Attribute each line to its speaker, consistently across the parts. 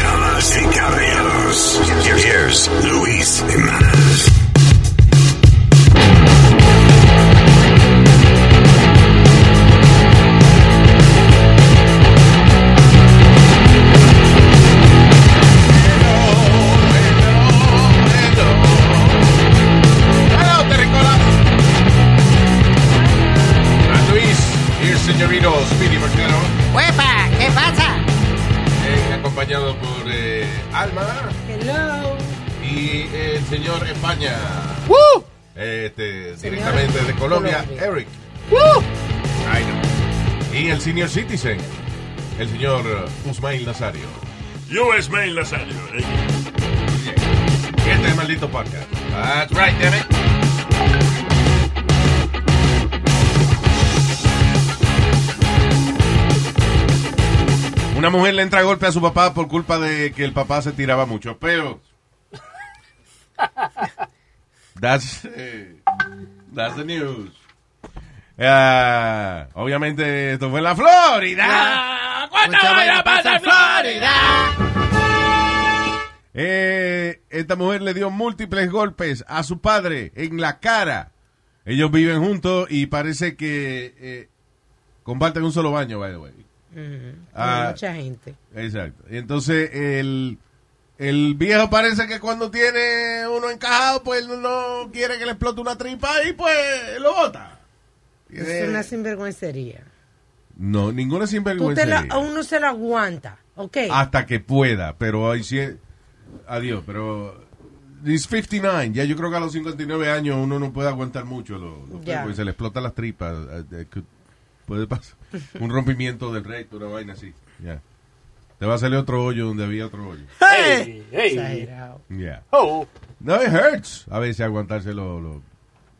Speaker 1: Damas y caballeros, here's Luis Jimenez.
Speaker 2: Hello, Terricolas. And Luis, el señorito Speedy Mercado,
Speaker 3: ¡Huepa! ¿Qué pasa?
Speaker 2: eh, acompañado por eh, Alma
Speaker 3: Hello.
Speaker 2: y el señor España,
Speaker 3: ¡Woo!
Speaker 2: este, directamente de Colombia,
Speaker 3: Colombia.
Speaker 2: Eric.
Speaker 3: ¡Woo!
Speaker 2: I know. Y el senior citizen, el señor Usmail Nazario.
Speaker 4: Yo es Mail Nazario. eh.
Speaker 2: Y este es maldito podcast. That's right, damn it. Una mujer le entra a golpe a su papá por culpa de que el papá se tiraba mucho pero That's, eh, that's the news. Ah, obviamente esto fue en la Florida. ¿Cuánta
Speaker 3: Mucha
Speaker 2: vaina
Speaker 3: vaina
Speaker 2: pasa
Speaker 3: pasa
Speaker 2: en Florida? Eh, esta mujer le dio múltiples golpes a su padre en la cara. Ellos viven juntos y parece que eh, comparten un solo baño, by the way. Ah,
Speaker 3: Mucha gente.
Speaker 2: Exacto. Y Entonces, el, el viejo parece que cuando tiene uno encajado, pues no quiere que le explote una tripa y pues lo bota.
Speaker 3: Es una sinvergüencería.
Speaker 2: No, ninguna
Speaker 3: Tú te la,
Speaker 2: sinvergüenza.
Speaker 3: a uno se lo aguanta, ¿ok?
Speaker 5: Ah,
Speaker 2: Hasta que pueda, pero ahí sí. Adiós, pero. It's 59, ya yo creo que a los 59 años uno no puede aguantar mucho, lo, lo
Speaker 3: Ya.
Speaker 2: que- pues se le explotan las tripas. eh, eh, que Puede pasar. Un rompimiento del recto, una vaina así. Ya. Te va a salir otro hoyo donde había otro hoyo.
Speaker 4: Hey, hey.
Speaker 3: Exagerado.
Speaker 2: Ya.
Speaker 4: Oh.
Speaker 2: No, it hurts a veces aguantarse los los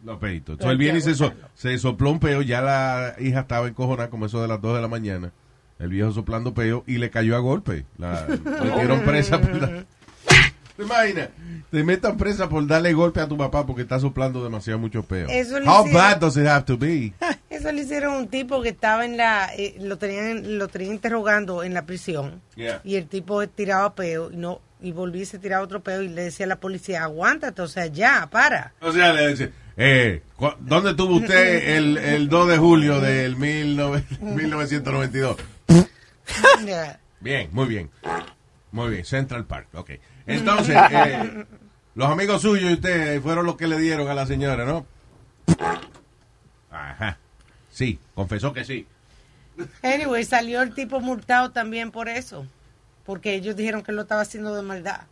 Speaker 2: los peitos. Entonces él viene y se, so- se sopló un peo, ya la hija estaba encojonada como eso de las 2 de la mañana. El viejo soplando peo y le cayó a golpe. La metieron presa por dar- ¿Te imaginas? Te metan presa por darle golpe a tu papá porque está soplando demasiado mucho peo.
Speaker 3: Eso le
Speaker 2: How
Speaker 3: hicieron-
Speaker 2: bad does it have to be?
Speaker 3: Eso le hicieron a un tipo que estaba en la. eh, lo, tenían, lo tenían interrogando en la prisión.
Speaker 2: Yeah.
Speaker 3: Y el tipo tiraba peo y no y volvía y se tiraba otro peo y le decía a la policía, aguántate, o sea, ya, para.
Speaker 2: O sea, le dice, eh, cu- ¿dónde estuvo usted el, el 2 de julio del 19 1992?
Speaker 3: Ya.
Speaker 2: Bien, muy bien. Muy bien, Central Park, ok. Entonces, eh, los amigos suyos y ustedes fueron los que le dieron a la señora, ¿no? Ajá. Sí, confesó que sí.
Speaker 3: Anyway, salió el tipo multado también por eso. Porque ellos dijeron que él lo estaba haciendo de maldad.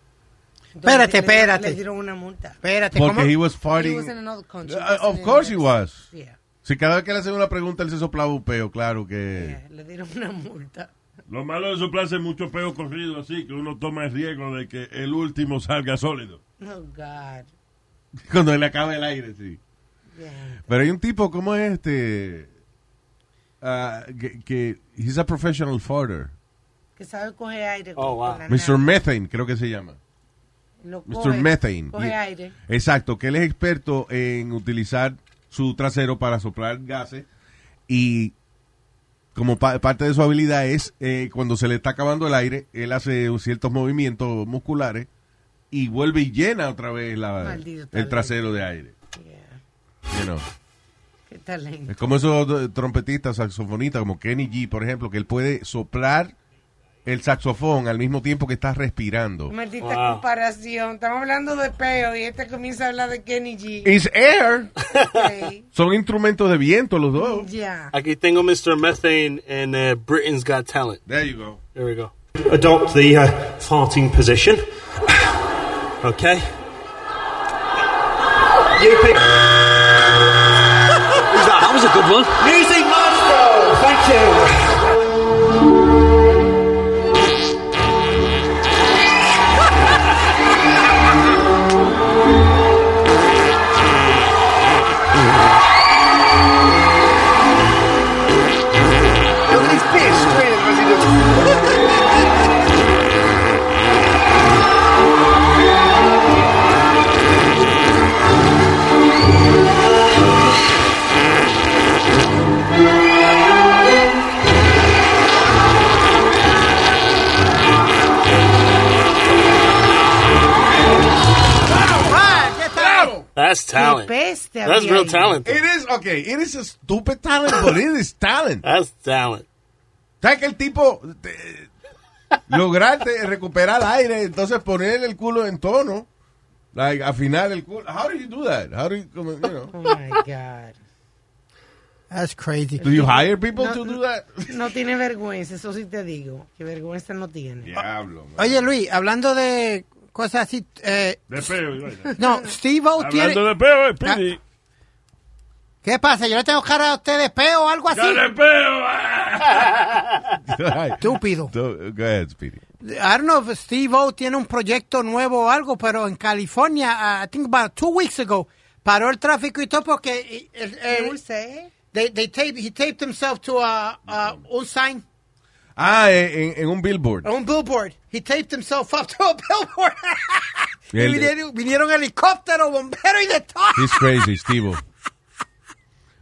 Speaker 5: Espérate,
Speaker 3: le- le-
Speaker 5: espérate.
Speaker 3: Le dieron una multa.
Speaker 5: Espérate, ¿cómo?
Speaker 2: Porque he was
Speaker 3: He
Speaker 2: farting.
Speaker 3: was in another country.
Speaker 2: Uh, of
Speaker 3: Wasn't in
Speaker 2: course he
Speaker 3: the-
Speaker 2: was.
Speaker 3: Yeah,
Speaker 2: Si cada vez que le hacen una pregunta él se soplaba un peo, claro que...
Speaker 3: yeah, le dieron una multa.
Speaker 4: Lo malo de soplarse es mucho peo corrido así, que uno toma el riesgo de que el último salga sólido.
Speaker 3: Oh, God.
Speaker 2: Cuando le acaba el aire, sí.
Speaker 3: Yeah.
Speaker 2: Pero hay un tipo como este... ah, que, que... He's a professional farter.
Speaker 3: Que sabe coger aire.
Speaker 6: Oh, wow.
Speaker 2: Mr. Methane, creo que se llama. Mr. Methane.
Speaker 3: Coge
Speaker 2: Yeah.
Speaker 3: aire.
Speaker 2: Exacto, que él es experto en utilizar su trasero para soplar gases y como pa- parte de su habilidad es eh, cuando se le está acabando el aire, él hace ciertos movimientos musculares y vuelve y llena otra vez la-
Speaker 3: Maldito
Speaker 2: el
Speaker 3: talento.
Speaker 2: trasero de aire.
Speaker 3: Yeah.
Speaker 2: You know.
Speaker 3: Qué
Speaker 2: Es
Speaker 3: talento.
Speaker 2: como esos eh, trompetistas, saxofonistas, como Kenny G, por ejemplo, que él puede soplar el saxofón al mismo tiempo que está respirando.
Speaker 3: Maldita
Speaker 6: Wow.
Speaker 3: comparación. Estamos hablando de peo y este comienza a hablar de Kenny G.
Speaker 2: It's air.
Speaker 3: Ok.
Speaker 2: Son instrumentos de viento los dos.
Speaker 3: Ya.
Speaker 6: Aquí tengo Mr. Methane and uh, Britain's Got Talent.
Speaker 2: There you go.
Speaker 6: There we go. Adopt the uh, farting position. okay. You pick. that? was a good one. Music Maestro! Thank you.
Speaker 3: Ah,
Speaker 7: That's talent.
Speaker 3: peste
Speaker 7: That's
Speaker 3: había
Speaker 7: real
Speaker 3: ahí.
Speaker 7: talent.
Speaker 2: It is, okay, it is a stupid talent, but it is talent.
Speaker 7: That's talent.
Speaker 2: ¿Sabes que el tipo te- lograste recuperar aire, entonces poner el culo en tono, like afinar el culo? How do you do that? How do you, como, you know?
Speaker 3: Oh my God.
Speaker 5: That's crazy.
Speaker 2: Do you hire people
Speaker 3: No,
Speaker 2: to do that?
Speaker 3: No tiene vergüenza, eso sí te digo. Que vergüenza no tiene.
Speaker 2: Diablo, man.
Speaker 5: Oye, Luis, hablando de cosas así. eh,
Speaker 4: De peo. y vaina.
Speaker 5: no, Steve O tiene.
Speaker 4: Hablando de peo, eh, Pidi.
Speaker 5: ¿Qué pasa? Yo le tengo cara a usted de peo o algo así.
Speaker 4: ¡Ya de peo! ah.
Speaker 2: Ay.
Speaker 5: Estúpido.
Speaker 2: So, Go ahead, Speedy.
Speaker 5: I don't know if Steve O tiene un proyecto nuevo o algo, pero en California, uh, I think about two weeks ago, paró el tráfico y todo porque eh, eh,
Speaker 3: Dulce, ¿eh?
Speaker 5: they, they taped, he taped himself to a, a- un sign,
Speaker 2: Ah, en, en- en un billboard.
Speaker 5: a un billboard. He taped himself up to a billboard. Y
Speaker 2: El-
Speaker 5: vinieron, vinieron helicóptero, bombero y de todo.
Speaker 2: He's crazy, Steve.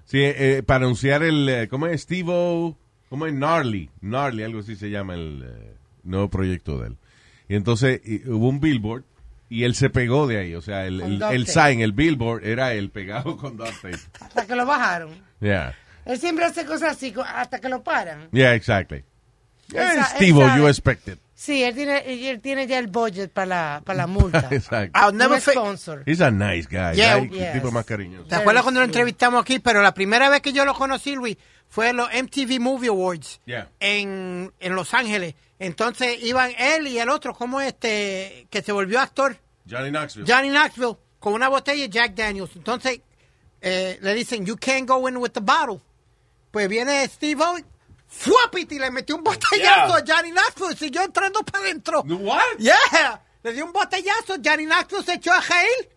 Speaker 2: Sí, eh, eh, para anunciar el. eh, ¿Cómo es Steve? ¿Cómo es Gnarly? Gnarly, algo así se llama el eh, nuevo proyecto de él. Y entonces y- hubo un billboard y él se pegó de ahí. O sea, el, el,
Speaker 3: Con duct
Speaker 2: el
Speaker 3: tape.
Speaker 2: sign, el billboard, era él pegado con duct tape.
Speaker 3: Hasta que lo bajaron.
Speaker 2: Yeah,
Speaker 3: Él siempre hace cosas así co- hasta que lo paran.
Speaker 2: yeah, exactly.
Speaker 3: Él
Speaker 2: Yeah,
Speaker 3: sa- él
Speaker 2: Steve,
Speaker 3: sabe.
Speaker 2: you expected.
Speaker 3: Sí, él tiene, él tiene ya el budget para la, para la multa.
Speaker 2: Exactly.
Speaker 5: I'll never
Speaker 3: Un
Speaker 5: fa-
Speaker 3: sponsor.
Speaker 2: He's a nice guy.
Speaker 5: Yeah,
Speaker 2: right?
Speaker 3: yes.
Speaker 2: tipo más cariñoso.
Speaker 5: ¿Te acuerdas cuando lo entrevistamos aquí? Pero la primera vez que yo lo conocí, Luis, fue en los MTV Movie Awards
Speaker 2: Yeah.
Speaker 5: en, en Los Ángeles. Entonces iban él y el otro, como este, que se volvió actor,
Speaker 2: Johnny Knoxville.
Speaker 5: Johnny Knoxville, con una botella de Jack Daniels. Entonces eh, le dicen, you can't go in with the bottle. Pues viene Steve O, ¡fuapiti! Le metió un botellazo a Johnny Knoxville y siguió entrando para adentro.
Speaker 2: What?
Speaker 5: Yeah. Le dio un botellazo, Johnny Knoxville se echó a Jail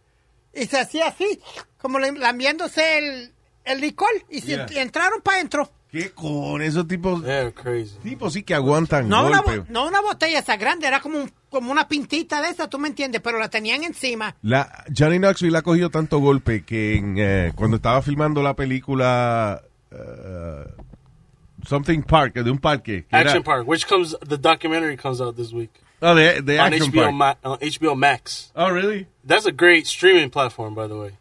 Speaker 5: y se hacía así, como le- lambiéndose el, el licor y se
Speaker 2: Yeah.
Speaker 5: y entraron para adentro.
Speaker 2: ¿Qué con esos tipos?
Speaker 7: They're crazy.
Speaker 2: Tipos sí que aguantan
Speaker 5: No una,
Speaker 2: golpes.
Speaker 5: bo- no una botella esa grande, era como, un- como una pintita de esa, tú me entiendes, pero la tenían encima.
Speaker 2: La, Johnny Knoxville ha cogido tanto golpe que en, eh, cuando estaba filmando la película eh, Something Park, de un parque. que era-
Speaker 7: Action Park, which comes the documentary comes out this week
Speaker 2: Oh, de, de
Speaker 7: on
Speaker 2: Action
Speaker 7: HBO
Speaker 2: Park.
Speaker 7: Ma- on HBO Max.
Speaker 2: Oh, really?
Speaker 7: That's a great streaming platform, by the way.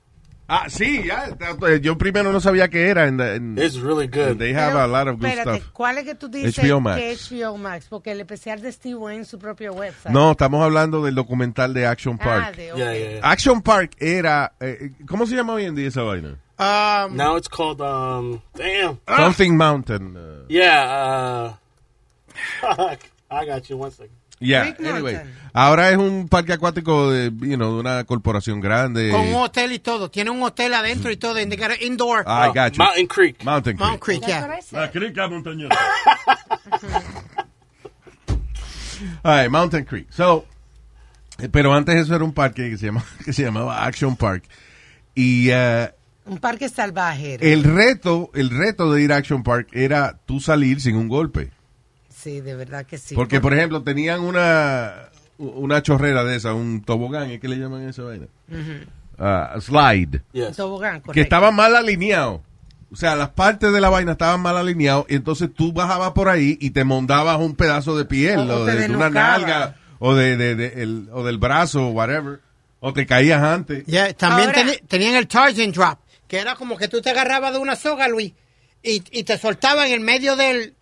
Speaker 2: Ah, sí, ya, eh, yo primero no sabía qué era. and, eh, and
Speaker 7: It's really good.
Speaker 2: they have a lot of good
Speaker 3: Espérate,
Speaker 2: stuff.
Speaker 3: ¿cuál es que tú dices
Speaker 2: HBO Max.
Speaker 3: que es HBO Max? Porque el especial de Steve Wayne en su propio website.
Speaker 2: No, estamos hablando del documental de Action
Speaker 3: Ah,
Speaker 2: Park.
Speaker 3: de, ok.
Speaker 7: yeah, yeah, yeah.
Speaker 2: Action Park era... eh, ¿Cómo se llama hoy en día esa vaina?
Speaker 5: Um,
Speaker 7: Now it's called um damn.
Speaker 2: Something Mountain. eh,
Speaker 7: Yeah, uh fuck. I got you one second.
Speaker 2: yeah,
Speaker 3: Rick
Speaker 2: anyway.
Speaker 3: Mountain.
Speaker 2: Ahora es un parque acuático de, you know, de una corporación grande.
Speaker 5: Con un hotel y todo, tiene un hotel adentro y todo, indicar indoor,
Speaker 2: Ah, I got you.
Speaker 7: Mountain Creek.
Speaker 2: Mountain Creek.
Speaker 5: Mount Creek,
Speaker 3: That's
Speaker 5: yeah.
Speaker 3: what I said.
Speaker 4: La crica montañosa.
Speaker 2: All right, Mountain Creek. So, eh, pero antes eso era un parque que se llamaba, que se llamaba Action Park. Y eh,
Speaker 3: Un parque salvaje. era.
Speaker 2: el reto, el reto de ir a Action Park era tú salir sin un golpe.
Speaker 3: Sí, de verdad que sí.
Speaker 2: Porque, por ejemplo, tenían una, una chorrera de esa, un tobogán, ¿es que le llaman esa vaina? Ah, slide.
Speaker 7: Yes.
Speaker 3: Tobogán,
Speaker 2: que
Speaker 3: correcto.
Speaker 2: estaba mal alineado. O sea, las partes de la vaina estaban mal alineadas, y entonces tú bajabas por ahí y te mondabas un pedazo de piel,
Speaker 3: O
Speaker 2: o,
Speaker 3: te
Speaker 2: de, de una
Speaker 3: desnucabas.
Speaker 2: nalga, o, de, de- de- el- o del brazo, o whatever, o te caías antes.
Speaker 5: Ya, también
Speaker 3: Ahora-
Speaker 5: teni- tenían el Tarzan Drop, que era como que tú te agarrabas de una soga, Luis, y, y te soltaba en el medio del...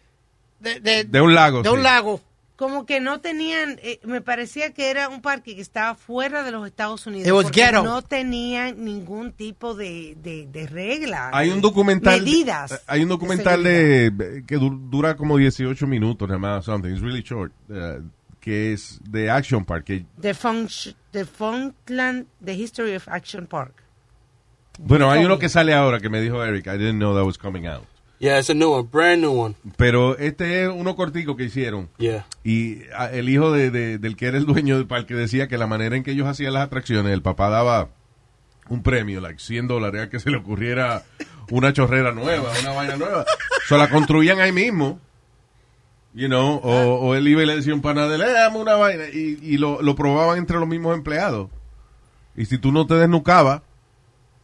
Speaker 5: De, de-
Speaker 2: De un lago,
Speaker 5: De un
Speaker 2: sí.
Speaker 5: lago.
Speaker 3: Como que no tenían, eh, me parecía que era un parque que estaba fuera de los Estados Unidos.
Speaker 5: It was
Speaker 3: porque
Speaker 5: ghetto.
Speaker 3: No tenían ningún tipo de, de, de regla.
Speaker 2: Hay un documental. eh,
Speaker 3: Medidas.
Speaker 2: Hay un documental de, que du- dura como 18 minutos, nada más, something. It's really short. eh, que es de Action Park. que-
Speaker 3: The, function, the Funkland, The History of Action Park.
Speaker 2: bueno, hay uno que sale ahora que me dijo Eric. I didn't know that was coming out.
Speaker 7: Yeah, it's a new one, brand new one.
Speaker 2: Pero este es uno cortico que hicieron.
Speaker 7: Yeah.
Speaker 2: Y a- el hijo de, de- del que era el dueño del parque decía que la manera en que ellos hacían las atracciones, el papá daba un premio, like 100 dólares, a que se le ocurriera una chorrera nueva, una vaina nueva. Se la construían ahí mismo. You know, o, o él iba y le decía a un pana de él, "Eh, dame una vaina. Y, y lo, lo probaban entre los mismos empleados. Y si tú no te desnucabas,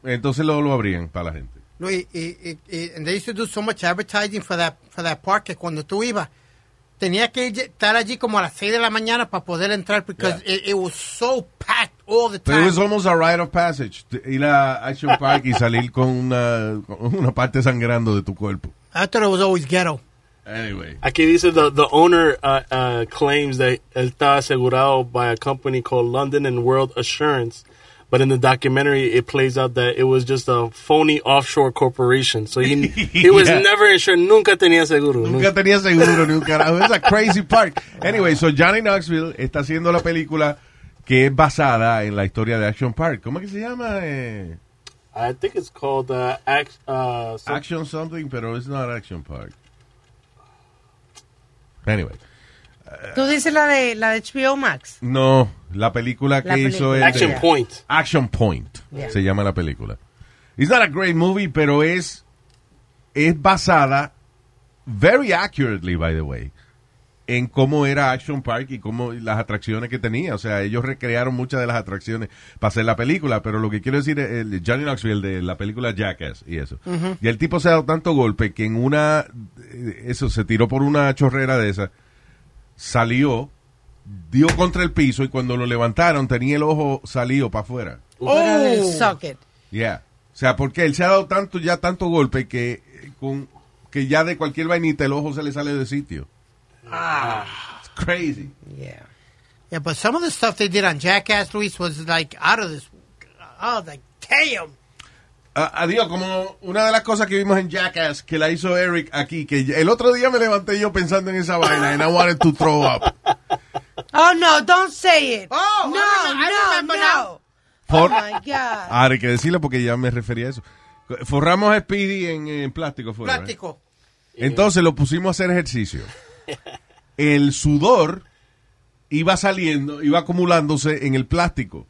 Speaker 2: entonces lo, lo abrían para la gente.
Speaker 5: Luis, y, y, y- and they used to do so much advertising for that, for that park que cuando tú ibas, tenía que ll- estar allí como a las 6 de la mañana para poder entrar because it, it was so packed all the
Speaker 2: Pero
Speaker 5: time.
Speaker 2: es almost a rite of passage. t- Ir a Action Park y salir con una, con una parte sangrando de tu cuerpo.
Speaker 5: I thought it was always ghetto.
Speaker 2: Anyway.
Speaker 7: Aquí dice the, the owner uh, uh, claims that él está asegurado by a company called London and World Assurance, but in the documentary it plays out that it was just a phony offshore corporation. So he he was
Speaker 2: Yeah.
Speaker 7: never insured. Nunca tenía seguro.
Speaker 2: Nunca
Speaker 7: Nunca.
Speaker 2: tenía seguro ni un carajo. Es a crazy park. Anyway, so Johnny Knoxville está haciendo la película que es basada en la historia de Action Park. ¿Cómo es que se llama? Eh,
Speaker 7: I think it's called uh, act, uh, some-
Speaker 2: action something, pero it's not Action Park. Anyway.
Speaker 3: Tú dices la de, la de HBO Max.
Speaker 2: No, la película que
Speaker 3: La
Speaker 2: hizo
Speaker 3: película.
Speaker 2: es de-
Speaker 7: Action
Speaker 3: Yeah.
Speaker 7: Point.
Speaker 2: Action Point
Speaker 3: Yeah.
Speaker 2: se llama la película. It's not a great movie, pero es es basada very accurately, by the way, en cómo era Action Park y cómo y las atracciones que tenía. O sea, ellos recrearon muchas de las atracciones para hacer la película, pero lo que quiero decir es el Johnny Knoxville de la película Jackass y eso. Y el tipo se ha dado tanto golpe que en una eh, eso se tiró por una chorrera de esa, salió dio contra el piso y cuando lo levantaron tenía el ojo salido para afuera.
Speaker 3: Fuera del socket.
Speaker 2: Yeah. O sea, porque él se ha dado tanto, ya tanto golpe que, eh, con, que ya de cualquier vainita el ojo se le sale de sitio. Ah, it's crazy.
Speaker 3: Yeah.
Speaker 5: Yeah, but some of the stuff they did on Jackass Luis was like out of this. I was like, damn.
Speaker 2: A- Adiós, como una de las cosas que vimos en Jackass que la hizo Eric aquí, que el otro día me levanté yo pensando en esa vaina and I wanted to throw up.
Speaker 3: Oh, no, don't say it.
Speaker 5: Oh,
Speaker 3: no,
Speaker 5: I remember- I remember
Speaker 3: no,
Speaker 5: now.
Speaker 3: no.
Speaker 2: Por-
Speaker 3: Oh, my
Speaker 2: Ahora
Speaker 3: God.
Speaker 2: ah, hay que decirlo porque ya me refería a eso. Forramos a Speedy en, en plástico ¿eh? fue, ¿verdad?
Speaker 5: Plástico.
Speaker 2: Entonces lo pusimos a hacer ejercicio. El sudor iba saliendo, iba acumulándose en el plástico.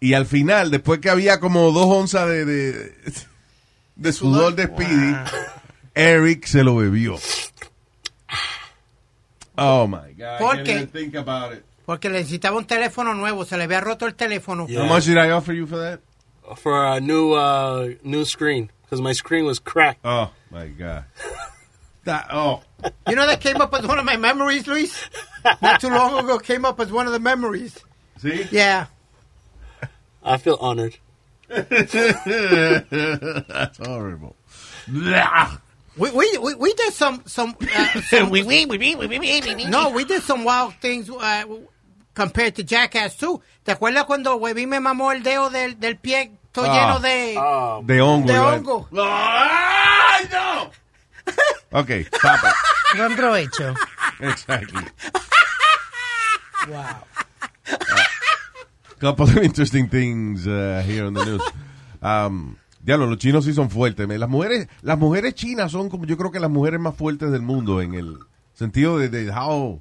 Speaker 2: Y al final, después que había como dos onzas de, de, de sudor de Speedy, Eric se lo bebió. Oh my God. I
Speaker 5: ¿Por
Speaker 2: can't
Speaker 5: qué?
Speaker 2: even think about it.
Speaker 5: Porque necesitaba un teléfono nuevo, se le había roto el teléfono.
Speaker 2: How much did I offer you for that?
Speaker 7: for a new uh, new screen because my screen was cracked.
Speaker 2: Oh my God. That, oh.
Speaker 5: You know that came up as one of my memories, Luis? Not too long ago came up as one of the memories.
Speaker 2: ¿Sí?
Speaker 5: Yeah.
Speaker 7: I feel honored.
Speaker 2: That's horrible.
Speaker 5: We we we, we did some some, uh, some No, we did some wild things uh, compared to Jackass too. ¿Te acuerdas cuando Webby me mamó el dedo del, del pie todo
Speaker 2: Ah.
Speaker 5: lleno de,
Speaker 2: De hongo.
Speaker 5: de
Speaker 2: Iván.
Speaker 5: hongo?
Speaker 2: ¡Ay, no! Ok, stop it.
Speaker 3: Buen provecho.
Speaker 2: Exactly. Wow. couple of interesting things uh, here on the news. Um, diablo, los chinos sí son fuertes. men. Las mujeres, las mujeres chinas son como yo creo que las mujeres más fuertes del mundo en el sentido de, de how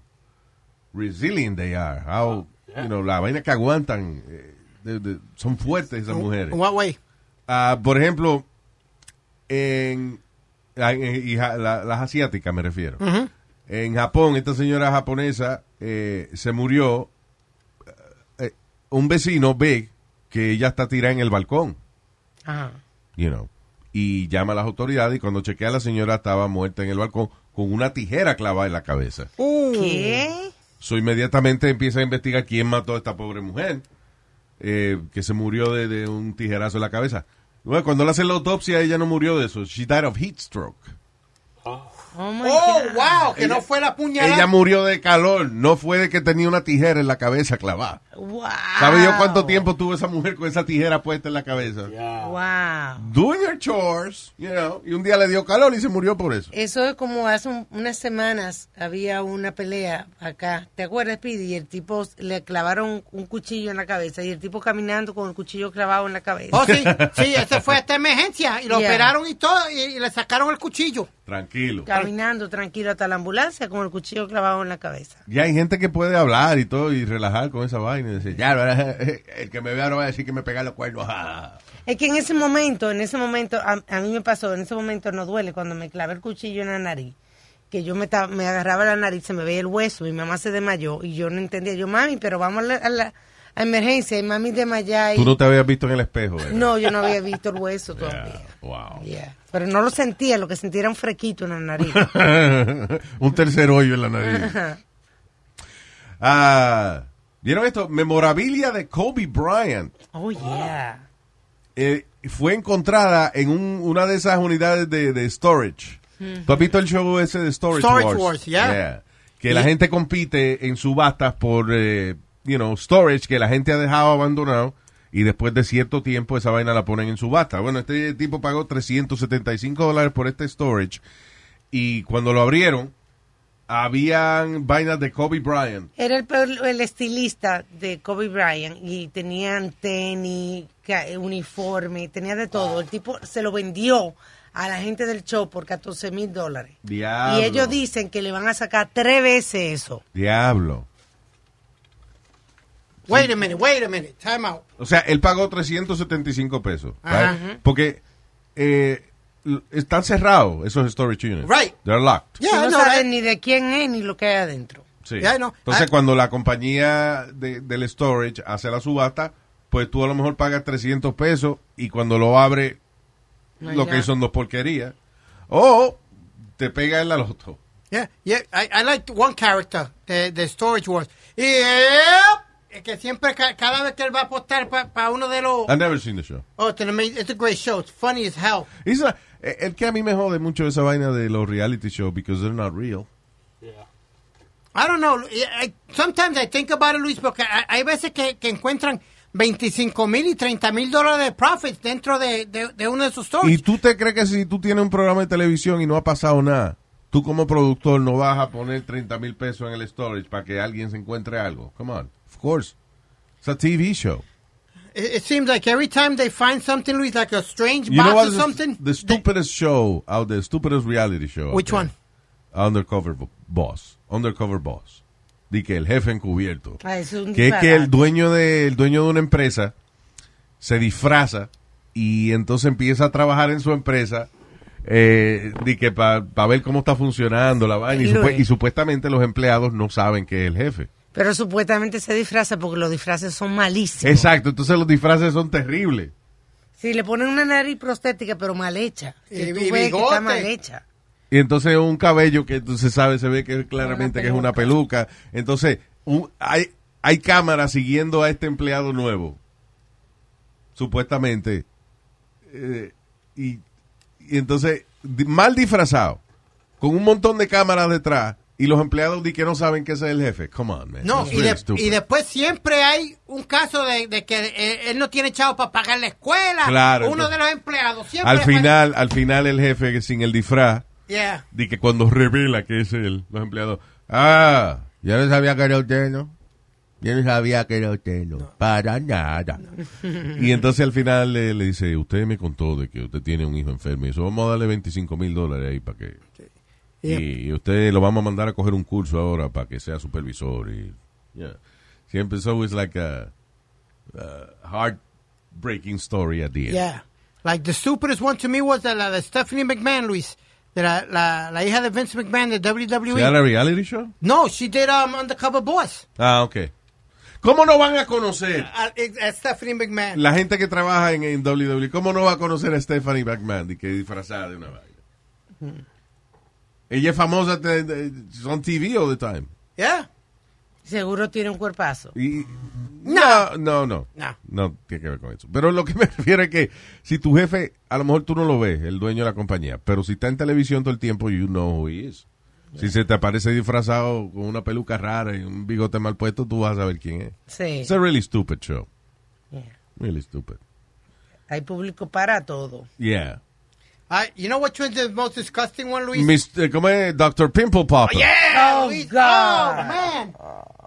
Speaker 2: resilient they are, how you know, la vaina que aguantan. eh, de- de- son fuertes esas mujeres.
Speaker 5: In what way?
Speaker 2: Ah, por ejemplo, en, en- en- y ja- la- las asiáticas me refiero. En Japón, esta señora japonesa eh, se murió. eh, un vecino ve que ella está tirada en el balcón,
Speaker 3: Ajá.
Speaker 2: you know, y llama a las autoridades y cuando chequea la señora estaba muerta en el balcón con una tijera clavada en la cabeza.
Speaker 3: ¿Qué?
Speaker 2: So, inmediatamente empieza a investigar quién mató a esta pobre mujer eh, que se murió de, de un tijerazo en la cabeza. Bueno, cuando le hacen la autopsia, ella no murió de eso. She died of heat stroke.
Speaker 3: Oh, my
Speaker 5: Oh,
Speaker 3: God.
Speaker 5: wow, que no fue la puñalada.
Speaker 2: Ella murió de calor, no fue de que tenía una tijera en la cabeza clavada.
Speaker 3: Wow.
Speaker 2: ¿Sabe yo cuánto tiempo tuvo esa mujer con esa tijera puesta en la cabeza?
Speaker 7: Yeah.
Speaker 3: Wow.
Speaker 2: Doing her chores, you know, y un día le dio calor y se murió por eso.
Speaker 3: Eso es como hace un- unas semanas había una pelea acá. ¿Te acuerdas, Pidi? Y el tipo le clavaron un cuchillo en la cabeza y el tipo caminando con el cuchillo clavado en la cabeza.
Speaker 5: Oh, sí, sí, ese fue esta emergencia. Y lo
Speaker 3: Yeah.
Speaker 5: operaron y todo, y, y le sacaron el cuchillo.
Speaker 2: Tranquilo.
Speaker 3: Caminando tranquilo hasta la ambulancia con el cuchillo clavado en la cabeza.
Speaker 2: Ya hay gente que puede hablar y todo y relajar con esa vaina. Y decir, ya, el que me vea no va a decir que me pega los cuernos. Ah.
Speaker 3: Es que en ese momento, en ese momento, a, a mí me pasó, en ese momento no duele cuando me clavé el cuchillo en la nariz. Que yo me, ta- me agarraba la nariz, se me veía el hueso, mi mamá se desmayó y yo no entendía. Yo, mami, pero vamos a la, a la- a emergencia y mami desmayada. y-
Speaker 2: Tú no te habías visto en el espejo, ¿verdad?
Speaker 3: No, yo no había visto el hueso todavía.
Speaker 2: Yeah, Wow.
Speaker 3: Yeah. Pero no lo sentía, lo que sentía era un frequito en la nariz.
Speaker 2: un tercer hoyo en la nariz. Ah, ¿Vieron esto? Memorabilia de Kobe Bryant.
Speaker 3: Oh, yeah.
Speaker 2: eh, fue encontrada en un- una de esas unidades de, de storage. ¿Tú has visto el show ese de Storage,
Speaker 5: Storage
Speaker 2: Wars?
Speaker 5: Wars, yeah.
Speaker 2: Que la gente compite en subastas por, eh, you know, storage que la gente ha dejado abandonado y después de cierto tiempo esa vaina la ponen en subasta. Bueno, este tipo pagó 375 dólares por este storage y cuando lo abrieron habían vainas de Kobe Bryant.
Speaker 3: Era el, peor- el estilista de Kobe Bryant y tenían tenis, ca- uniforme, tenía de todo. El tipo se lo vendió a la gente del show por 14 mil dólares.
Speaker 2: Diablo.
Speaker 3: Y ellos dicen que le van a sacar tres veces eso.
Speaker 2: Diablo.
Speaker 5: Wait a minute, wait a minute. Time out.
Speaker 2: O sea, él pagó 375 pesos.
Speaker 5: Ajá.
Speaker 2: right? Porque eh, l- están cerrados esos storage units.
Speaker 5: Right.
Speaker 2: They're locked.
Speaker 5: Yeah,
Speaker 3: no
Speaker 5: I know
Speaker 3: saben
Speaker 5: that.
Speaker 3: ni de quién es ni lo que hay adentro.
Speaker 2: Sí.
Speaker 5: Yeah, I know.
Speaker 2: Entonces,
Speaker 5: I-
Speaker 2: cuando la compañía de- del storage hace la subasta, pues tú a lo mejor pagas 300 pesos y cuando lo abre,
Speaker 3: No hay
Speaker 2: lo que
Speaker 3: nada.
Speaker 2: son dos porquerías. O te pega el aloto.
Speaker 5: Yeah, yeah, I, I liked one character de, de Storage Wars. Y yep, que siempre, ca- cada vez que él va a apostar para uno de los...
Speaker 2: I've never seen the show.
Speaker 5: Oh, it's, an amazing, it's a great show. It's funny as hell.
Speaker 2: It's a- eh, el que a mí me jode mucho esa vaina de los reality shows because they're not real.
Speaker 5: I don't know. I, I- sometimes I think about it, Luis, porque hay hay veces que, que encuentran 25 mil y 30 mil dólares de profits dentro de, de, de uno de sus
Speaker 2: ¿Y
Speaker 5: stores.
Speaker 2: tú te crees que si tú tienes un programa de televisión y no ha pasado nada, tú como productor no vas a poner 30 mil pesos en el storage para que alguien se encuentre algo? Come on, of course. It's a TV show.
Speaker 5: It, it seems like every time they find something, Luis, like a strange
Speaker 2: You
Speaker 5: box
Speaker 2: know what?
Speaker 5: or
Speaker 2: The-
Speaker 5: something.
Speaker 2: The stupidest show out there, stupidest reality show. out
Speaker 5: Which
Speaker 2: there.
Speaker 5: one?
Speaker 2: Undercover Bo- Boss. Undercover Boss. Di que el jefe encubierto.
Speaker 3: Ah, eso es un
Speaker 2: que es que
Speaker 3: disparate.
Speaker 2: el dueño de el dueño de una empresa se disfraza y entonces empieza a trabajar en su empresa eh, di que para ver cómo está funcionando la vaina y,
Speaker 3: Luis.
Speaker 2: supue- y supuestamente los empleados no saben que es el jefe.
Speaker 3: Pero supuestamente se disfraza porque los disfraces son malísimos.
Speaker 2: Exacto, entonces los disfraces son terribles.
Speaker 3: Sí, le ponen una nariz prostética, pero mal hecha. Que
Speaker 5: Y-
Speaker 3: tú ves
Speaker 5: y
Speaker 3: que está
Speaker 5: bigote.
Speaker 3: mal hecha.
Speaker 2: Y entonces un cabello que entonces sabe, se ve que es claramente que es una peluca. Entonces un- hay, hay cámaras siguiendo a este empleado nuevo, supuestamente. Eh, y, y entonces, di- mal disfrazado, con un montón de cámaras detrás, y los empleados di que no saben que ese es el jefe. Come on, man.
Speaker 5: No,
Speaker 2: That's
Speaker 5: y,
Speaker 2: really
Speaker 5: de-
Speaker 2: stupid.
Speaker 5: y después siempre hay un caso de, de que eh, él no tiene chavo para pagar la escuela.
Speaker 2: Claro,
Speaker 5: Uno
Speaker 2: entonces-
Speaker 5: de los empleados siempre.
Speaker 2: al final, al final el jefe que sin el disfraz,
Speaker 5: Yeah.
Speaker 2: di que cuando revela que es él, los empleados, ah, yo no sabía que era usted, ¿no? Yo no sabía que era usted, ¿no? Para nada. Y entonces al final le, le dice, usted me contó de que usted tiene un hijo enfermo y eso, vamos a darle 25 mil dólares ahí para que... Y, y usted lo vamos a mandar a coger un curso ahora para que sea supervisor y... yeah. Siempre es always like a, a heartbreaking story at the end.
Speaker 5: Yeah. Like the stupidest one to me was the, la de Stephanie McMahon, Luis. De la, la, la hija de Vince McMahon de WWE.
Speaker 2: ¿Era reality show?
Speaker 5: E. No, she did um, Undercover Boss.
Speaker 2: Ah, ok. ¿Cómo no van a conocer?
Speaker 5: Uh, it- uh, Stephanie McMahon.
Speaker 2: la gente que trabaja en, en WWE, ¿cómo no va a conocer a Stephanie McMahon y que es disfrazada de una vaina? Ella es famosa de- de- on TV all the time.
Speaker 5: yeah.
Speaker 3: Seguro tiene un cuerpazo.
Speaker 2: Y, no, no, no, no.
Speaker 5: No.
Speaker 2: tiene que ver con eso. Pero lo que me refiero es que si tu jefe, a lo mejor tú no lo ves, el dueño de la compañía, pero si está en televisión todo el tiempo, you know who he is. Si se te aparece disfrazado con una peluca rara y un bigote mal puesto, tú vas a saber quién es.
Speaker 3: Sí.
Speaker 2: It's a really stupid show.
Speaker 3: Yeah.
Speaker 2: Really stupid.
Speaker 3: Hay público para todo.
Speaker 2: Yeah.
Speaker 5: I, you know which one's the most disgusting one, Luis?
Speaker 2: Mr. ¿Cómo es? Dr. Pimple Popper.
Speaker 5: Yeah,
Speaker 3: Oh,
Speaker 5: Luis.
Speaker 3: God.
Speaker 5: Oh, man.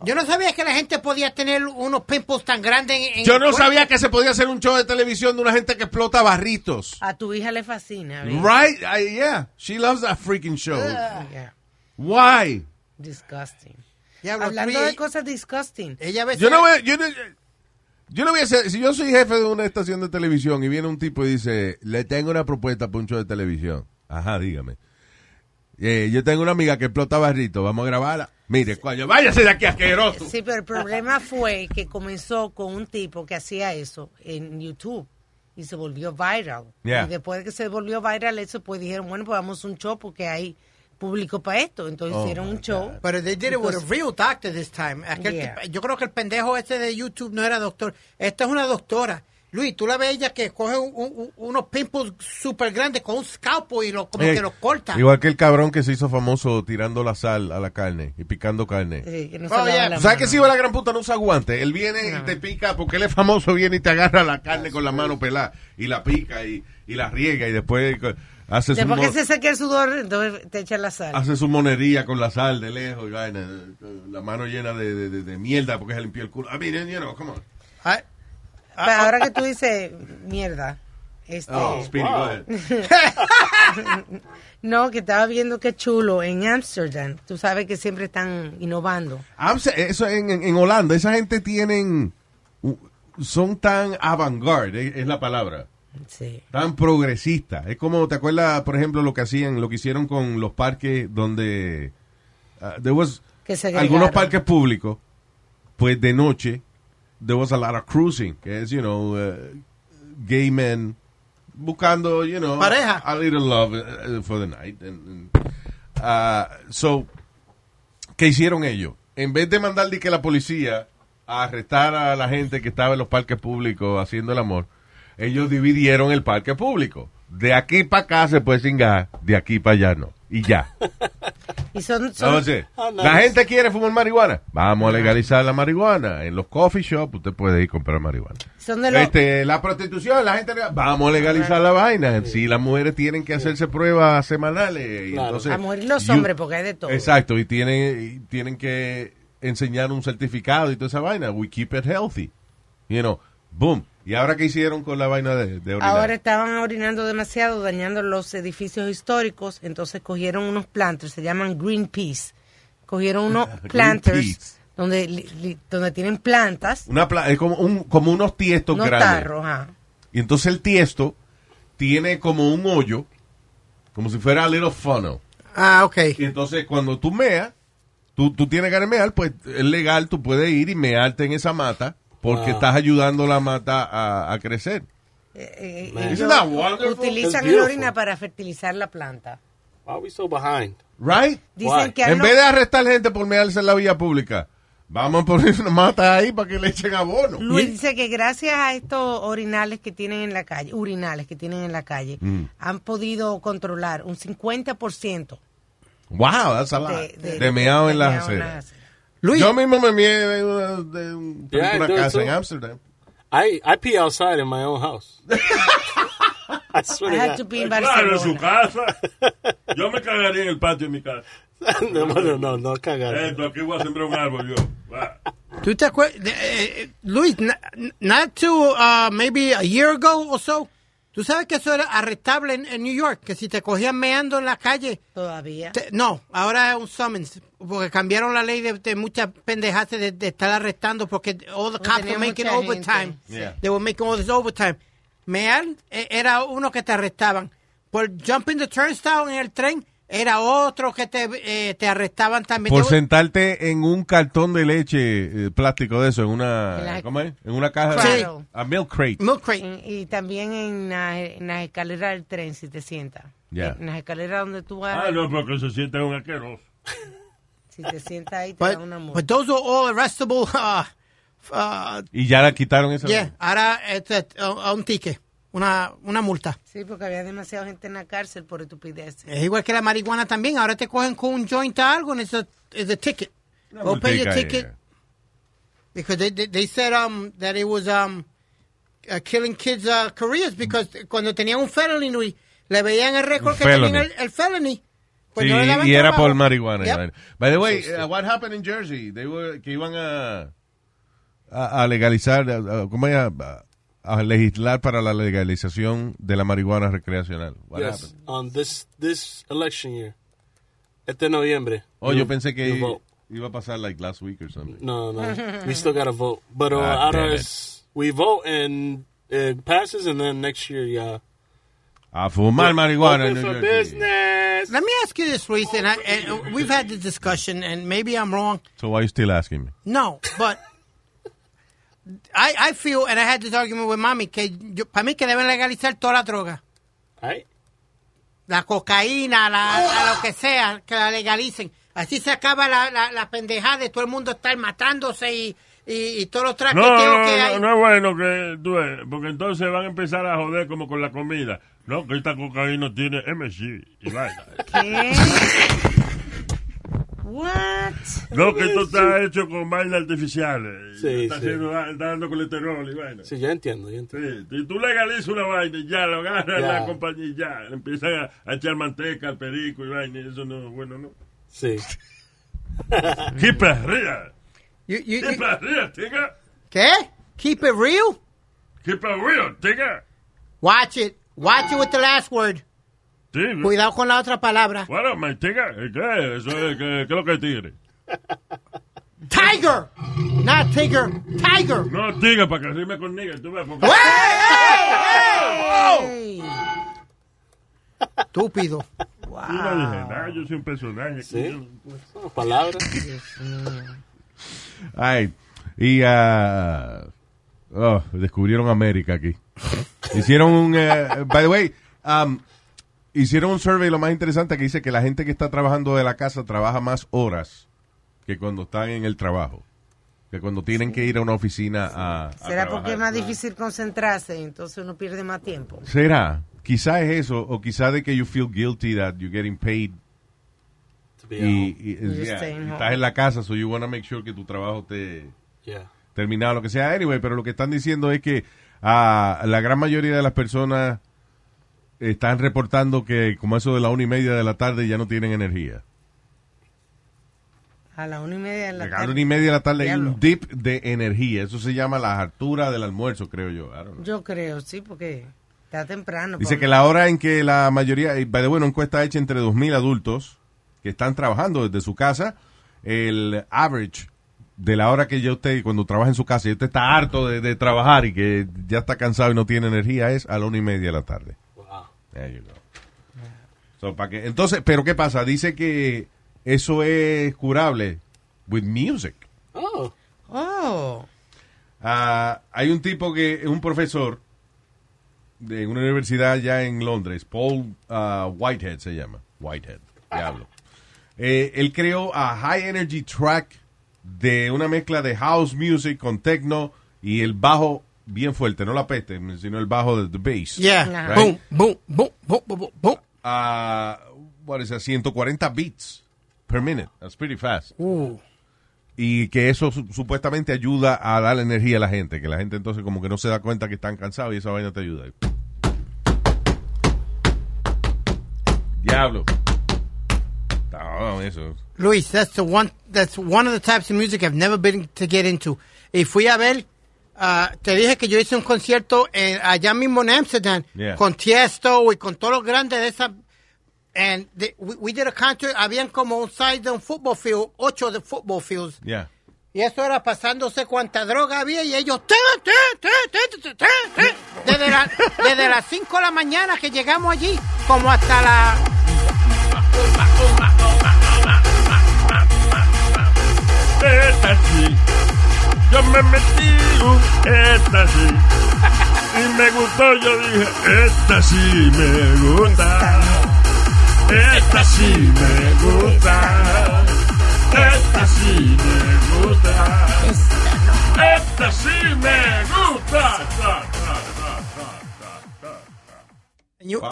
Speaker 5: Yo no sabía que la gente podía tener unos pimples tan grandes. En, en
Speaker 2: Yo
Speaker 5: el
Speaker 2: no
Speaker 5: cuerpo.
Speaker 2: sabía que se podía hacer un show de televisión de una gente que explota barritos.
Speaker 3: A tu hija le fascina. ¿ves?
Speaker 2: Right? I- yeah. She loves that freaking show.
Speaker 3: Yeah.
Speaker 2: Why?
Speaker 3: Disgusting.
Speaker 5: Diablo,
Speaker 3: Hablando
Speaker 5: Luis, Eh.
Speaker 3: de cosas disgusting.
Speaker 5: Ella a veces-
Speaker 2: Yo no voy, yo no, yo no voy a ser, si yo soy jefe de una estación de televisión y viene un tipo y dice, le tengo una propuesta para un show de televisión. Ajá, dígame. Eh, yo tengo una amiga que explota barritos, vamos a grabarla. Mire, coño, váyase de aquí asqueroso.
Speaker 3: Sí, pero el problema fue que comenzó con un tipo que hacía eso en YouTube y se volvió viral.
Speaker 2: Yeah.
Speaker 3: Y después de que se volvió viral eso, pues dijeron, bueno, pues vamos a un show porque hay público para esto. Entonces
Speaker 2: Oh,
Speaker 3: hicieron
Speaker 2: my
Speaker 3: un show.
Speaker 5: Pero they did it with a real doctor this time. Aquel
Speaker 3: Yeah.
Speaker 5: que- yo creo que el pendejo ese de YouTube no era doctor. Esta es una doctora. Luis, tú la ves ella que coge un- un- unos pimples súper grandes con un scalpo y lo, como
Speaker 2: Eh,
Speaker 5: que los corta.
Speaker 2: Igual que el cabrón que se hizo famoso tirando la sal a la carne y picando carne.
Speaker 3: eh, que no
Speaker 5: Oh,
Speaker 3: se lava
Speaker 5: yeah.
Speaker 3: la
Speaker 2: ¿Sabes que
Speaker 3: mano.
Speaker 2: si va la gran puta no usa guantes? Él viene y te pica porque él es famoso, viene y te agarra la carne con la mano pelada y la pica y, y la riega y después hace su,
Speaker 3: Después
Speaker 2: mo-
Speaker 3: que se seque el sudor, entonces te echan la sal.
Speaker 2: hace su monería con la sal de lejos y vaina, la mano llena de, de- de- de mierda porque se limpió el culo. Ah, miren, you know, come on.
Speaker 5: Ah,
Speaker 3: Pero ahora que tú dices mierda, este,
Speaker 2: ah, Oh, Speedy,
Speaker 7: wow.
Speaker 2: go ahead.
Speaker 3: no, que estaba viendo qué chulo en Amsterdam. Tú sabes que siempre están innovando.
Speaker 2: Amse- eso en, en- en Holanda, esa gente tienen, son tan avant-garde, es- es la palabra.
Speaker 3: Sí.
Speaker 2: tan progresista. Es como, ¿te acuerdas, por ejemplo, lo que hacían, lo que hicieron con los parques donde ah, there was
Speaker 3: Que segregaron.
Speaker 2: algunos parques públicos, pues de noche there was a lot of cruising, que es, you know, eh, gay men buscando, you know,
Speaker 5: Pareja.
Speaker 2: a little love eh, eh, for the night. And- and, ah, so, ¿qué hicieron ellos? En vez de mandar de que la policía a arrestar a la gente que estaba en los parques públicos haciendo el amor, ellos dividieron el parque público. De aquí para acá se puede cingar, de aquí para allá no. Y ya.
Speaker 3: Y son, son-
Speaker 2: Entonces,
Speaker 7: Ah, nice.
Speaker 2: la gente quiere fumar marihuana. Vamos a legalizar la marihuana. En los coffee shops usted puede ir a comprar marihuana.
Speaker 3: son de los...
Speaker 2: Este, la prostitución, la gente. Vamos a legalizar la vaina. Si las mujeres tienen que hacerse pruebas semanales. y
Speaker 7: Claro.
Speaker 2: entonces,
Speaker 3: A morir los
Speaker 2: you-
Speaker 3: hombres, porque hay de todo.
Speaker 2: Exacto, y tienen, y tienen que enseñar un certificado y toda esa vaina. We keep it healthy. You know, boom. ¿Y ahora qué hicieron con la vaina de, de orinar?
Speaker 3: Ahora estaban orinando demasiado, dañando los edificios históricos, entonces cogieron unos planters, se llaman Greenpeace. Cogieron unos planters
Speaker 2: Greenpeace.
Speaker 3: donde, li- li- donde tienen plantas,
Speaker 2: Una pla- es como, un, como unos tiestos
Speaker 3: no
Speaker 2: grandes.
Speaker 3: tarros, ajá.
Speaker 2: Y entonces el tiesto tiene como un hoyo, como si fuera a little funnel.
Speaker 5: ah, ok.
Speaker 2: Y entonces cuando tú meas, tú, tú tienes que mear, pues es legal, tú puedes ir y mearte en esa mata porque
Speaker 7: Wow.
Speaker 2: estás ayudando la mata a, a crecer.
Speaker 3: Eh, eh,
Speaker 7: Man.
Speaker 3: ellos
Speaker 2: Isn't that wonderful?
Speaker 7: That's
Speaker 3: utilizan la
Speaker 7: beautiful.
Speaker 3: orina para fertilizar la planta.
Speaker 7: Why are we so behind?
Speaker 2: Right?
Speaker 3: Dicen
Speaker 7: Why?
Speaker 3: que han
Speaker 2: en vez de arrestar gente por mearse en la vía pública, vamos a poner una mata ahí para que le echen abono.
Speaker 3: Luis dice que gracias a estos orinales que tienen en la calle, urinales que tienen en la calle,
Speaker 2: Mm.
Speaker 3: han podido controlar un 50%
Speaker 2: Wow, that's a lot.
Speaker 3: de,
Speaker 2: De, meado en
Speaker 3: de
Speaker 2: las
Speaker 3: meado en
Speaker 2: aceras.
Speaker 3: aceras.
Speaker 5: Luis,
Speaker 2: Yo mismo me meé en una, de un-
Speaker 7: Yeah, I
Speaker 2: una
Speaker 7: do it
Speaker 2: casa
Speaker 7: too.
Speaker 2: en Amsterdam.
Speaker 7: I, I pee outside in my own house. I swear
Speaker 3: I had
Speaker 7: to
Speaker 3: to
Speaker 7: God.
Speaker 3: be in
Speaker 4: Claro, en su
Speaker 3: Barcelona.
Speaker 4: casa. Yo me cagaría en el patio de mi casa.
Speaker 7: no, no, no, no,
Speaker 4: Eh,
Speaker 7: cagar.
Speaker 4: aquí voy a sembrar un árbol yo. Va.
Speaker 5: ¿tú te acuerdas? eh, Luis, na- not to uh, maybe a year ago or so. Tú sabes que eso era arrestable en, en New York, que si te cogían meando en la calle,
Speaker 3: Todavía.
Speaker 5: Te- no, ahora es un summons, porque cambiaron la ley de, de muchas pendejadas de, de estar arrestando, porque all the
Speaker 3: Porque
Speaker 5: cops
Speaker 3: tenía
Speaker 5: were making
Speaker 3: mucha
Speaker 5: overtime.
Speaker 3: gente,
Speaker 2: sí. Yeah.
Speaker 5: They were making all this overtime. Mear eh, era uno que te arrestaban. Por jumping the turnstile en el tren, era otro que te, eh, te arrestaban también.
Speaker 2: Por
Speaker 5: They were-
Speaker 2: sentarte en un cartón de leche eh, plástico de eso, en una,
Speaker 3: En la-
Speaker 2: ¿cómo es? En una caja
Speaker 3: Claro.
Speaker 2: de a milk crate.
Speaker 5: Milk crate.
Speaker 3: Y- Y también en la- en las escaleras del tren, si te sientas.
Speaker 2: Yeah.
Speaker 3: En las escaleras donde tú vas,
Speaker 4: Ah, no, porque se siente un aqueroso.
Speaker 3: si te sientas ahí,
Speaker 2: Pues,
Speaker 3: te
Speaker 5: But,
Speaker 3: da una
Speaker 5: but
Speaker 3: muerte.
Speaker 5: those were all arrestable. uh, uh,
Speaker 2: Y ya la quitaron esa.
Speaker 5: yeah, ahora este, uh, un ticket, una, una multa.
Speaker 3: Sí, porque había demasiada gente en la cárcel por estupidez.
Speaker 5: Es igual que la marihuana también. Ahora te cogen con un joint o algo and it's a, it's a ticket. Go pay your
Speaker 2: multica,
Speaker 5: ticket.
Speaker 2: yeah.
Speaker 5: Because they, they, they said um, that it was um, uh, killing kids' uh, careers because cuando tenían un felony, Luis, le veían el récord
Speaker 2: Un
Speaker 5: que tenían
Speaker 2: felony.
Speaker 5: el, el felony. pues
Speaker 2: Sí,
Speaker 5: no le daban
Speaker 2: y era
Speaker 5: trabajo.
Speaker 2: por marihuana.
Speaker 5: Yep.
Speaker 2: y vaina. By the way, uh, what happened in Jersey? They were, que iban a, a, a legalizar, a- a- ¿cómo es? A, a legislar para la legalización de la marihuana recreacional. What
Speaker 7: Yes,
Speaker 2: happened?
Speaker 7: on this this election year, este noviembre.
Speaker 2: Oh,
Speaker 7: You-
Speaker 2: yo pensé que
Speaker 7: you vote.
Speaker 2: iba a pasar like last week or something.
Speaker 7: No, no, we still gotta vote. But uh,
Speaker 2: God Ah, damn
Speaker 7: ours, we vote and it passes, and then next year, yeah.
Speaker 2: A fumar marihuana en New
Speaker 7: Open for
Speaker 2: Jersey.
Speaker 7: business.
Speaker 5: Let me ask you this, Luis, and, I, and uh, we've had the discussion, and maybe I'm wrong.
Speaker 2: So why are you still asking me?
Speaker 5: No, but I, I feel, and I had this argument with mommy, que para mí que deben legalizar toda la droga.
Speaker 7: Right?
Speaker 5: La cocaína, la, la- lo que sea, que la legalicen. Así se acaba la, la, la pendejada de todo el mundo estar matándose y, y, y todos los
Speaker 4: No,
Speaker 5: traqueteos
Speaker 4: no,
Speaker 5: que hay.
Speaker 4: no, no es bueno que tú ves, porque entonces van a empezar a joder como con la comida. No, que esta cocaína tiene MSG y vaina.
Speaker 3: ¿Qué? What?
Speaker 4: No, que esto está hecho con vainas artificiales. y
Speaker 7: Sí,
Speaker 4: está,
Speaker 7: sí.
Speaker 4: haciendo- ah, está dando colesterol y vaina.
Speaker 7: Sí, yo entiendo, yo entiendo.
Speaker 4: Sí, si tú legalizas una vaina y ya lo agarra
Speaker 7: Ya.
Speaker 4: la compañía y ya le empiezan a, a echar manteca al perico y vaina, y eso no es bueno, ¿no?
Speaker 7: Sí.
Speaker 4: ¡Qué perrea!
Speaker 5: You- you-
Speaker 4: ¡Qué
Speaker 5: you-
Speaker 4: perrea, tiga!
Speaker 5: ¿Qué? Keep it real?
Speaker 4: ¡Qué perrea, tiga!
Speaker 5: Watch it. Watch it with the last word.
Speaker 4: ¡Tiga!
Speaker 5: Cuidado con la otra palabra.
Speaker 4: Bueno, me tiga, ¿qué? Eso es, ¿qué, qué es lo que es tigre?
Speaker 5: Tiger! Not Tiger, Tiger!
Speaker 4: No, tiga, para que rime con nigga, tú ves, porque...
Speaker 7: ¡Ah!
Speaker 5: Ey. Estúpido.
Speaker 4: Yo no dije nada, yo soy un personaje. aquí,
Speaker 7: Sí.
Speaker 4: yo-
Speaker 7: Son palabras.
Speaker 2: Ay, y ah, oh, descubrieron América aquí. Hicieron un, eh, by the way, um, hicieron un survey lo más interesante que dice que la gente que está trabajando de la casa trabaja más horas que cuando están en el trabajo, que cuando tienen que ir a una oficina a, a
Speaker 4: Ah,
Speaker 3: ¿Será porque
Speaker 2: trabajar.
Speaker 3: es más difícil concentrarse? Entonces uno pierde más tiempo.
Speaker 2: Será, quizá es eso o quizá de que you feel guilty that you're getting paid
Speaker 7: To be
Speaker 2: y,
Speaker 7: out.
Speaker 2: y-
Speaker 3: You're
Speaker 2: yeah,
Speaker 3: staying
Speaker 2: y
Speaker 3: home.
Speaker 2: estás en la casa, so you want to make sure que tu trabajo te
Speaker 7: Yeah.
Speaker 2: terminado, lo que sea. Anyway, pero lo que están diciendo es que ah, la gran mayoría de las personas están reportando que como eso de la una y media de la tarde ya no tienen energía.
Speaker 3: A la una y media de
Speaker 2: A
Speaker 3: la
Speaker 2: la
Speaker 3: tarde.
Speaker 2: una y media de la tarde hay
Speaker 3: Diablo.
Speaker 2: un dip de energía. Eso se llama la hartura del almuerzo, creo yo. I don't know.
Speaker 3: Yo creo, sí, porque está temprano.
Speaker 2: Dice
Speaker 3: Pablo.
Speaker 2: que la hora en que la mayoría, eh, by the way, una encuesta hecha entre 2.000 adultos que están trabajando desde su casa, el average de la hora que ya usted, cuando trabaja en su casa y usted está harto de, de trabajar y que ya está cansado y no tiene energía, es a la una y media de la tarde.
Speaker 7: Wow.
Speaker 2: There you go. So, pa' que- entonces, pero ¿qué pasa? Dice que eso es curable with music.
Speaker 7: Oh.
Speaker 3: Oh,
Speaker 2: Ah, hay un tipo que es un profesor de una universidad allá en Londres, Paul ah, Whitehead se llama. Whitehead, diablo. Eh, él creó a High Energy Track de una mezcla de house music con techno y el bajo bien fuerte, no la peste, sino el bajo de the bass.
Speaker 5: Yeah.
Speaker 2: Right.
Speaker 5: Boom, boom, boom, boom, boom, boom, boom.
Speaker 2: a Ah, what is that, 140 beats per minute. That's pretty fast. Y que eso su- supuestamente ayuda a darle energía a la gente, que la gente entonces como que no se da cuenta que están cansados y esa vaina te ayuda. Diablo. No, eso.
Speaker 5: Luis, that's the one. That's one of the types of music I've never been to get into. Y fui a ver. ah, te dije que yo hice un concierto en- allá mismo en Amsterdam
Speaker 2: Yeah.
Speaker 5: con Tiesto y con todos los grandes de esa. And the- we, we did a concert. Habían como un size de un football field, ocho de football fields.
Speaker 2: Yeah.
Speaker 5: Y eso era pasándose cuánta droga había y ellos "Té, té, té, té, té, té, té". desde, la- desde las 5 de la mañana que llegamos allí como hasta la...
Speaker 4: Esta sí. Yo me metí un esta sí. Y me gustó, yo dije, esta sí me gusta. Esta sí me gusta. Esta sí me gusta. Esta sí me gusta. Ta, ta, ta, ta, ta, ta.
Speaker 5: And you-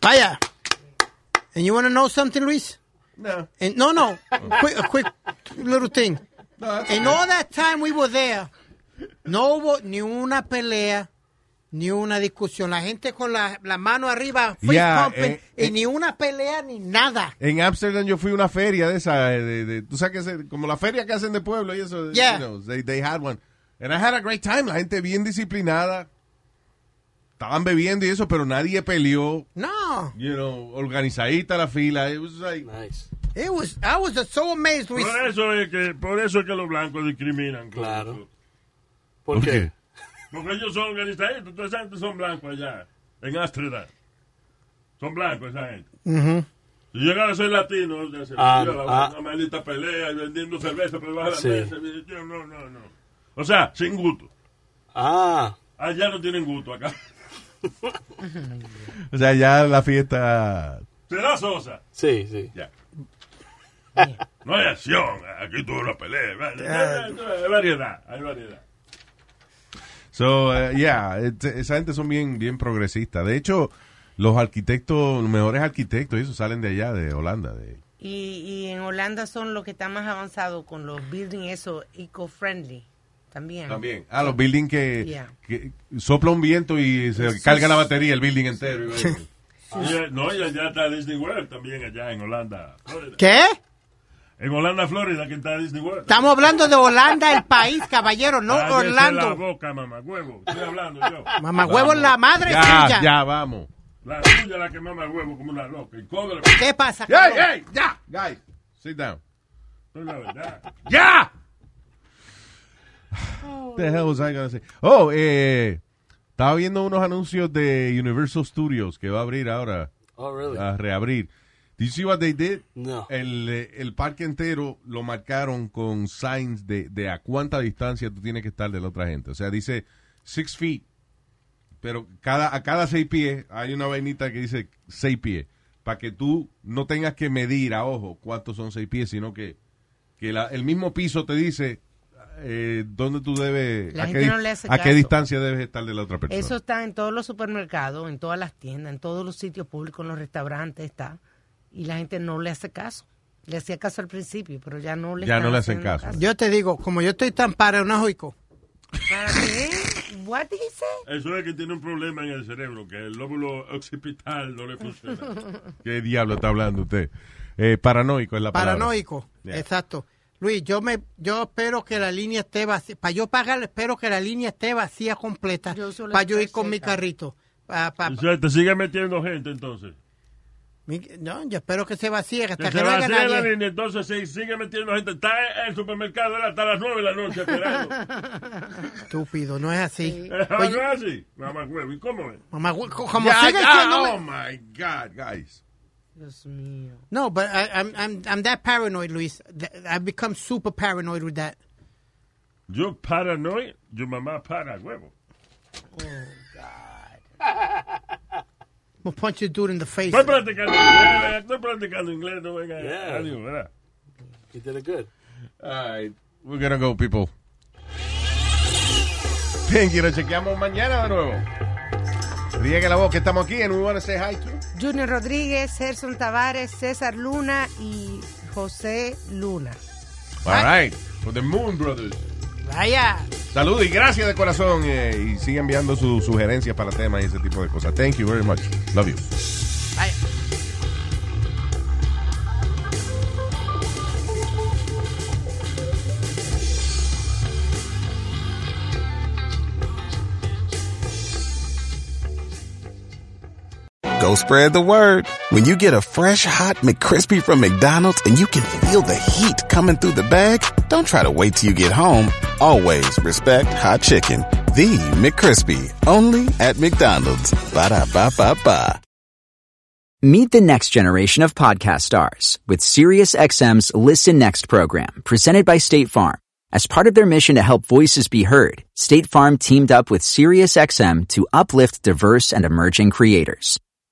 Speaker 5: Vaya. And you want to know something, Luis?
Speaker 2: No.
Speaker 5: And- no, no. quick, a quick little thing. In all that time we were there, no hubo ni una pelea, ni una discusión. La gente con la, la mano arriba, fist
Speaker 2: Yeah,
Speaker 5: pumping,
Speaker 2: eh,
Speaker 5: y
Speaker 2: eh.
Speaker 5: ni una pelea ni nada.
Speaker 2: En Amsterdam yo fui a una feria de esa, eh, de, de- tú sabes que se- como la feria que hacen de pueblo y eso, you
Speaker 5: Yeah.
Speaker 2: know, they, they had one. And I had a great time, la gente bien disciplinada, estaban bebiendo y eso, pero nadie peleó,
Speaker 5: No,
Speaker 2: you know, organizadita la fila, it was like,
Speaker 7: Nice.
Speaker 5: it was, I was so amazed, Luis.
Speaker 4: Por eso es que, por eso es que los blancos discriminan.
Speaker 7: Claro. ¿Por qué?
Speaker 4: Porque ellos son organizadistas, toda esa gente son blancos allá, en Ámsterdam. Son blancos esa gente. Si llegara a ser latino, ya se
Speaker 7: Ah,
Speaker 4: metió a la-
Speaker 7: ah.
Speaker 4: una maldita pelea y vendiendo cerveza por debajo de la
Speaker 7: Sí.
Speaker 4: mesa. Yo, no, no, no. O sea, sin gusto.
Speaker 7: Ah,
Speaker 4: Allá no tienen gusto, acá.
Speaker 2: O sea, ya la fiesta.
Speaker 4: Será sosa.
Speaker 7: sí, sí.
Speaker 4: Ya. No hay acción. Aquí tuvo la pelea. Hay variedad. Hay variedad.
Speaker 2: So, eh, yeah, et- esa gente son bien, bien progresistas. De hecho, los arquitectos, los mejores arquitectos, eso salen de allá, de Holanda. De,
Speaker 3: Y, y en Holanda son los que están más avanzados con los building eso eco-friendly también.
Speaker 2: También. Ah, los buildings que,
Speaker 3: Yeah.
Speaker 2: que sopla un viento y se carga la batería, el building entero.
Speaker 4: Y, eh, no, y allá está Disney World también, allá en Holanda, Florida.
Speaker 5: ¿Qué?
Speaker 4: En Holanda, Florida, que está Disney World.
Speaker 5: Estamos hablando de Holanda, el país, caballero, no
Speaker 4: Cállese la
Speaker 5: Orlando.
Speaker 4: boca, mamá, huevo. Estoy hablando yo.
Speaker 5: Mamá huevo la madre
Speaker 2: ya,
Speaker 5: suya.
Speaker 2: ya, vamos.
Speaker 4: La suya la que mama el huevo como una loca. Y cóbrele.
Speaker 5: ¿Qué pasa?
Speaker 2: Hey,
Speaker 5: cabrón?
Speaker 2: hey, ya, guys, sit down.
Speaker 4: Esto es la verdad.
Speaker 2: ¡Ya! The hell was I gonna say? Oh, eh, estaba viendo unos anuncios de Universal Studios que va a abrir ahora,
Speaker 7: Oh, really?
Speaker 2: a reabrir. Did you see what they did?
Speaker 7: No.
Speaker 2: El, eh, el parque entero lo marcaron con signs de, de a cuánta distancia tú tienes que estar de la otra gente. O sea, dice six feet, pero cada, a cada seis pies hay una vainita que dice seis pies, para que tú no tengas que medir a ojo cuántos son seis pies, sino que, que la- el mismo piso te dice eh, dónde tú debes,
Speaker 3: La
Speaker 2: a
Speaker 3: gente
Speaker 2: qué, di-
Speaker 3: no le hace
Speaker 2: a qué
Speaker 3: caso.
Speaker 2: distancia debes estar de la otra persona.
Speaker 3: Eso está en todos los supermercados, en todas las tiendas, en todos los sitios públicos, en los restaurantes está. Y la gente no le hace caso. Le hacía caso al principio, pero ya no le
Speaker 2: Ya
Speaker 3: están
Speaker 2: no le hacen
Speaker 3: haciendo
Speaker 2: caso.
Speaker 5: Yo te digo, como yo estoy tan paranoico,
Speaker 3: ¿Para qué? What did he say?
Speaker 4: Eso es que tiene un problema en el cerebro, que el lóbulo occipital no le funciona.
Speaker 2: ¿Qué diablo está hablando usted? Eh, paranoico es la palabra.
Speaker 5: paranoico,
Speaker 2: Yeah.
Speaker 5: exacto. Luis, yo me, yo espero que la línea esté vacía. Para yo pagar, espero que la línea esté vacía completa.
Speaker 3: Yo suelo
Speaker 5: Para yo ir
Speaker 3: estar
Speaker 5: con mi
Speaker 3: seca.
Speaker 5: carrito. Pa- pa-
Speaker 4: O sea, te sigue metiendo gente entonces.
Speaker 5: mi- no, yo espero que se vacíe,
Speaker 4: Que
Speaker 5: hasta que
Speaker 4: se
Speaker 5: no
Speaker 4: va a
Speaker 5: haya
Speaker 4: hacer la
Speaker 5: nadie.
Speaker 4: línea, entonces sí, sigue metiendo gente. Está en el supermercado hasta las 9 de la noche esperando.
Speaker 5: Estúpido, no es así.
Speaker 4: ¿No
Speaker 5: Oye,
Speaker 4: es así? Mamá, huevo, ¿y cómo es?
Speaker 5: mamá, güey, co- como
Speaker 2: Ya,
Speaker 5: sigue
Speaker 2: ya,
Speaker 5: siendo-
Speaker 2: oh my God, guys.
Speaker 3: Dios mío.
Speaker 5: No, but I, I'm, I'm, I'm that paranoid, Luis. Th- I've become super paranoid with that.
Speaker 4: Yo paranoia, yo mamá para huevo.
Speaker 5: I'm gonna punch a dude in the face.
Speaker 4: Estoy practicando inglés, estoy practicando inglés, no venga
Speaker 7: Yeah.
Speaker 4: a radio, ¿verdad?
Speaker 7: You did it good.
Speaker 2: All right, we're gonna go, people. Thank you. Nos chequeamos mañana de nuevo. Riegue la voz que estamos aquí en We Wanna Say Hi To.
Speaker 3: Junior Rodríguez, Gerson Tavares, César Luna y José Luna.
Speaker 2: All right, for the Moon Brothers.
Speaker 5: Vaya.
Speaker 2: Saludos y gracias de corazón. eh, y sigue enviando sus sugerencias para temas y ese tipo de cosas. Thank you very much. Love you.
Speaker 5: Vaya.
Speaker 8: Go spread the word. When you get a fresh hot McCrispy from McDonald's and you can feel the heat coming through the bag, don't try to wait till you get home. Always respect hot chicken. The McCrispy, only at McDonald's. Ba da ba ba ba.
Speaker 9: Meet the next generation of podcast stars with SiriusXM's Listen Next program, presented by State Farm. As part of their mission to help voices be heard, State Farm teamed up with SiriusXM to uplift diverse and emerging creators.